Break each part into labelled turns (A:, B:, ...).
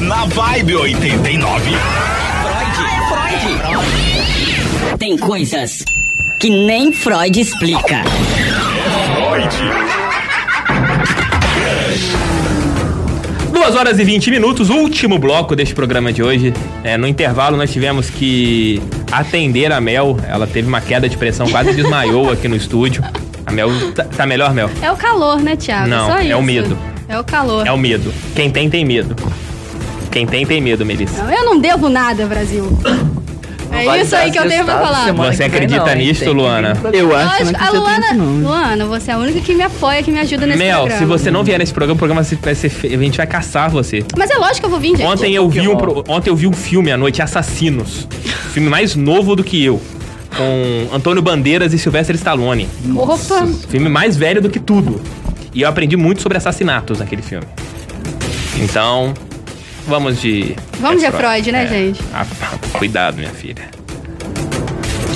A: na Vibe 89.
B: Tem coisas que nem Freud explica.
C: Duas horas e 20 minutos, último bloco deste programa de hoje. É, no intervalo nós tivemos que atender a Mel. Ela teve uma queda de pressão, quase desmaiou aqui no estúdio. A Mel tá, tá melhor, Mel?
D: É o calor, né, Thiago?
C: Não,
D: Só
C: é
D: isso.
C: o medo.
D: É o calor.
C: É o medo. Quem tem tem medo. Quem tem tem medo, Melissa.
D: Não, Eu não devo nada, Brasil. É
E: vai
D: isso aí
E: dar
D: que eu devo
E: resultado
D: falar.
E: semana
C: Você
E: que vem,
C: acredita
E: hein?
C: nisto,
E: Tem que
C: Luana?
E: vir pra-
F: Eu acho que
D: Lógico, a
F: não acredito
D: Luana,
F: não.
D: Luana, você é a única que me apoia, que me ajuda nesse
C: Mel,
D: programa.
C: se você não vier nesse programa, o programa vai ser fe... a gente vai caçar você.
D: Mas é lógico que eu vou vir, gente.
C: Ontem eu, vi um, pro- ontem eu vi um filme à noite, Assassinos. filme mais novo do que eu. Com Antônio Bandeiras e Sylvester Stallone.
D: Opa,
C: Filme mais velho do que tudo. E eu aprendi muito sobre assassinatos naquele filme. Então, vamos de.
D: Vamos de Freud, né, gente?
C: Ah, cuidado, minha filha.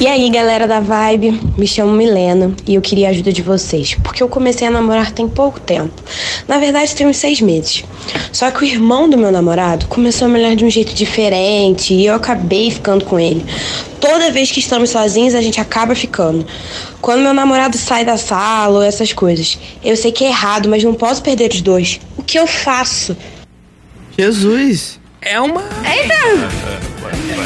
G: E aí, galera da Vibe? Me chamo Milena e eu queria a ajuda de vocês, porque eu comecei a namorar tem pouco tempo. Na verdade, tem uns seis meses. Só que o irmão do meu namorado começou a me olhar de um jeito diferente e eu acabei ficando com ele. Toda vez que estamos sozinhos, a gente acaba ficando. Quando meu namorado sai da sala ou essas coisas, eu sei que é errado, mas não posso perder os dois. O que eu faço?
F: Jesus.
C: É uma.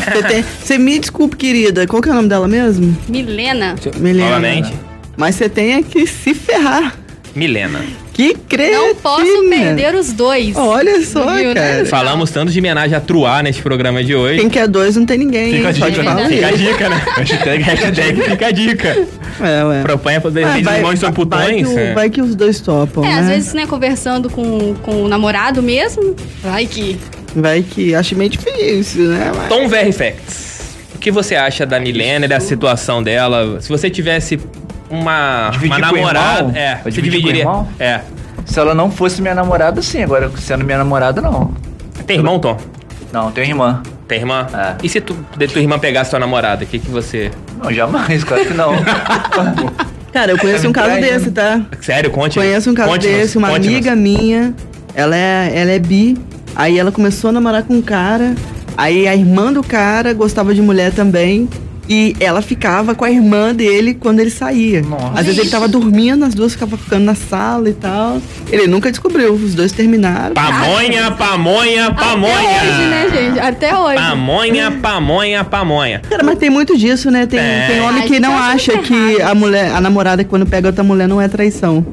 F: Você tem- Você me desculpe, querida. Qual que é o nome dela mesmo?
D: Milena.
F: Milena.
C: Novamente.
F: Mas você tem é que se ferrar.
C: Milena.
F: Que cretina.
D: Não posso perder os dois.
F: Olha só,
D: Viu, né?
F: cara.
C: Falamos tanto de homenagem a Truá nesse programa de hoje.
F: Quem quer dois não tem ninguém.
A: Fica a
F: hein?
A: dica,
F: Pode
A: né?
F: falar.
C: Fica a dica, né? hashtag, hashtag fica a dica.
F: É, ué.
C: Propanha pra
F: Ah,
C: vocês
F: vai-
C: irmãos são
F: vai- Vai
C: putões.
F: que, o-
C: é.
F: vai que os dois topam,
D: É,
F: né?
D: às vezes, né, conversando com, com o namorado mesmo. Vai que.
F: Vai que acho meio difícil, né? Mas-
C: Tom VR Facts. O que você acha da Milena e da situação dela? Se você tivesse uma,
E: Dividir
C: uma
E: com o
C: namorada.
E: irmão?
C: É,
E: Vai
C: você
E: dividir com o
C: dividiria.
E: irmão?
C: É.
E: Se ela não fosse minha namorada, sim. Agora, sendo minha namorada, não.
C: Tem irmão, Tom?
E: Não, tenho irmã.
C: Tem irmã?
E: É.
C: E se tu, de tua irmã pegasse tua namorada, o que, que você.
E: Não, jamais, claro que não.
F: Cara, eu conheço um caso
E: Traindo.
F: desse, tá?
C: Sério, conte.
F: Conheço um caso
C: Conte-nos,
F: desse, uma
C: conte-nos.
F: amiga minha, ela é, ela é bi, aí ela começou a namorar com um cara, aí a irmã do cara gostava de mulher também, e ela ficava com a irmã dele quando ele saía.
E: Nossa.
F: Às vezes ele tava dormindo, as duas ficavam ficando na sala e tal. Ele nunca descobriu, os dois terminaram.
C: Pamonha, pamonha, pamonha!
D: Até hoje, né, gente? Até hoje.
C: Pamonha, pamonha, pamonha.
F: Cara, mas tem muito disso, né? Tem,
C: Tem.
F: tem homem
D: A
F: que
D: gente
F: não
E: tá
D: acha
F: acha
D: muito
F: que a mulher, a namorada quando pega outra mulher não é traição.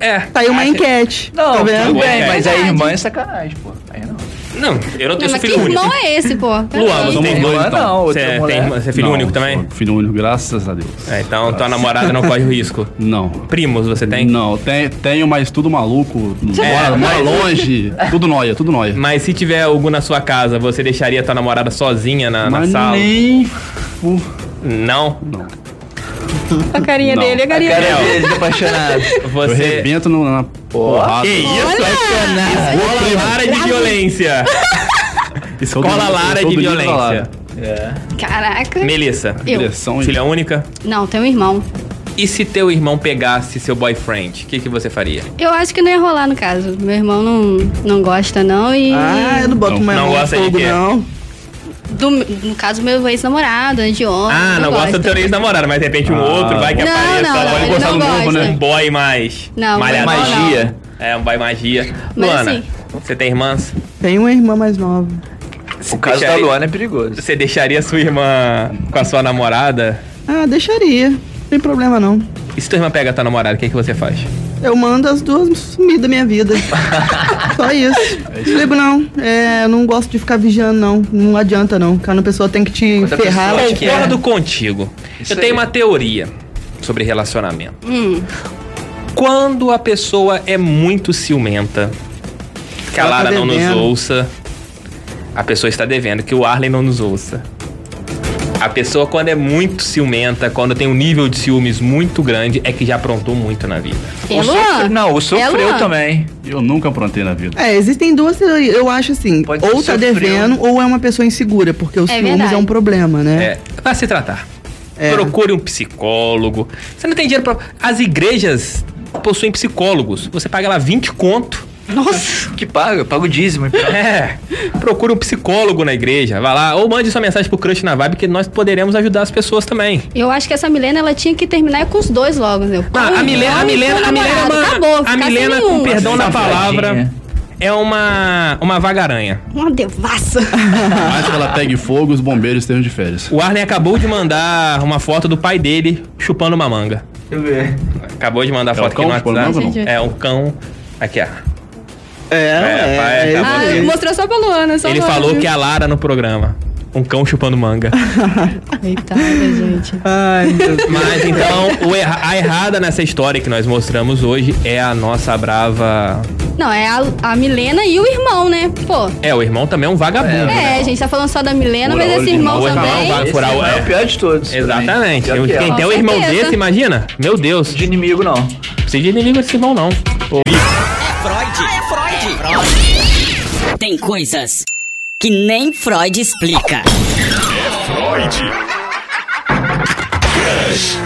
C: É.
F: Tá aí uma
C: acha-
F: enquete.
E: Não,
F: tá vendo?
E: tudo bem,
C: É
E: mas a
D: verdade.
E: irmã é sacanagem, pô. Aí não.
C: Não, eu não
D: Não,
C: tenho
D: mas que
C: filho único.
D: irmão é esse, pô? Peraí.
C: Luan, você tem
E: Irmã
C: dois, então.
E: não, outra
C: Você é,
E: mulher.
C: tem irmã- você é filho
H: Não,
C: único também?
H: sou Filho único, graças a Deus.
C: É, então tua namorada não corre o risco.
H: Não.
C: Primos você tem?
H: Não, tem, tenho, mas tudo maluco.
C: É,
H: mora, mora longe. Tudo nóia, tudo nóia.
C: Mas se tiver algum na sua casa, você deixaria tua namorada sozinha na, na
H: Mas
C: sala?
H: nem. fu-
C: Não?
H: Não.
D: A carinha
H: Não.
D: dele, a carinha
E: Cara
D: dele.
E: dele, de apaixonado.
H: Eu
C: Você.
H: arrebento no- na porrada.
C: Que isso? Escola Lara de violência.
H: Todo
C: Escola
H: mundo-
C: Lara
H: todo
C: de
H: mundo
C: violência.
H: Lara.
D: É. Caraca.
C: Melissa,
D: Eu.
H: Direção e-
C: filha única.
D: Não, tem um irmão.
C: E se teu irmão pegasse seu boyfriend, o que, que você faria?
D: Eu acho que não ia rolar no caso. Meu irmão não, não gosta, não. E.
F: Ah, eu não boto
H: Não,
F: mais
C: não
F: mão no
C: gosta de
F: fogo,
C: quê?
F: não.
D: do, no caso, meu ex-namorado, né, de homem.
C: Ah, não, gosta do teu ex-namorado, mas de repente um
H: Ah.
C: outro vai que
D: Não,
C: apareça.
D: não, não,
C: vai
D: ele
C: gostar do
D: não
C: novo,
D: gosta.
C: né? Um boy mais.
D: Não,
C: malhadão.
D: boy não.
E: Magia.
C: É, um boy magia.
D: Mas
C: Luana,
D: assim-
C: você tem irmãs?
F: Tem uma irmã mais nova.
C: Você
E: O caso da
C: deixaria-
E: Luana é perigoso.
C: Você deixaria sua irmã com a sua namorada?
F: Ah, deixaria. Tem problema não.
C: E se tua irmã pega tua namorada, o que, que você faz?
F: Eu mando as duas sumir da minha vida. Só
E: É
F: isso. Não ligo não. É, eu não gosto de ficar vigiando não. Não adianta não. Cada pessoa tem que é. te
E: Quando a
F: ferrar.
E: pessoa
F: ela te
E: te quer.
F: ferra.
C: Concordo contigo.
E: Isso
C: Eu tenho
E: aí.
C: uma teoria sobre relacionamento. Quando a pessoa é muito ciumenta, que a
F: Ela tá
C: Lara não nos
F: devendo.
C: ouça, a pessoa está devendo, que o Arlen não nos ouça. A pessoa, quando é muito ciumenta, quando tem um nível de ciúmes muito grande, é que já aprontou muito na vida.
D: É
E: O
D: Luan. É
E: sofre- Não, o sofreu
D: Luan.
E: também.
H: Eu nunca aprontei na vida.
F: É, existem duas teorias. Eu acho assim,
E: Pode ser
F: ou tá
E: sofreu.
F: devendo ou é uma pessoa insegura, porque os
D: É
F: ciúmes
D: verdade.
F: é um problema, né?
C: É, vai se tratar.
F: É.
C: Procure um psicólogo. Você não tem dinheiro pra. As igrejas possuem psicólogos. Você paga lá 20 conto
E: Nossa, que paga, paga o dízimo. então.
C: É, procure um psicólogo na igreja, vai lá, ou mande sua mensagem pro crush na vibe que nós poderemos ajudar as pessoas também.
D: Eu acho que essa Milena, ela tinha que terminar com os dois logo, né? Com
C: Não, Ah, a
D: o
C: Milena, a
D: irmão e
C: Milena,
D: com o
C: a Milena, é
D: namorado.
C: uma-
D: Acabou,
C: a
D: tá ficar sem
C: Milena, com
D: nenhum.
C: perdão da
E: Safadinha.
C: palavra, é uma uma vagaranha.
D: Uma devassa.
H: Mas que ela pegue fogo, os bombeiros estejam de férias.
C: O Arlen acabou de mandar uma foto do pai dele chupando uma manga.
E: Deixa eu ver.
C: Acabou de mandar a
H: É o
C: foto aqui
H: cão
C: no
H: chupando
C: WhatsApp.
H: manga,
D: não?
C: É um cão. Aqui, ó.
F: É,
C: É, pai,
F: é, é
C: tá
F: isso
D: Ah,
C: bom.
F: aí.
D: mostrou só pra Luana, só
C: Ele
D: Luana,
C: falou
D: viu?
C: que é a Lara no programa. Um cão chupando manga.
D: Coitada, gente.
F: Ai, meu Deus.
C: Mas então, o erra- a errada nessa história que nós mostramos hoje é a nossa brava.
D: Não, é a, a Milena e o irmão, né? Pô.
C: É, o irmão também é um vagabundo. né?
D: É, a gente tá falando só da Milena,
H: Fura
D: mas esse
H: olho,
D: irmão
C: irmão, irmão,
D: também.
C: vai-
E: Esse
C: furar o-
E: é
C: é.
E: o pior de todos. pra mim.
C: Exatamente.
E: Pior que
C: Quem
E: ela.
C: tem um
D: Com
C: irmão
D: certeza.
C: desse, imagina? Meu Deus.
E: De inimigo, não.
C: Não precisa de inimigo desse irmão, não. Ô,
B: Tem coisas que nem Freud explica.
A: Freud. Crush.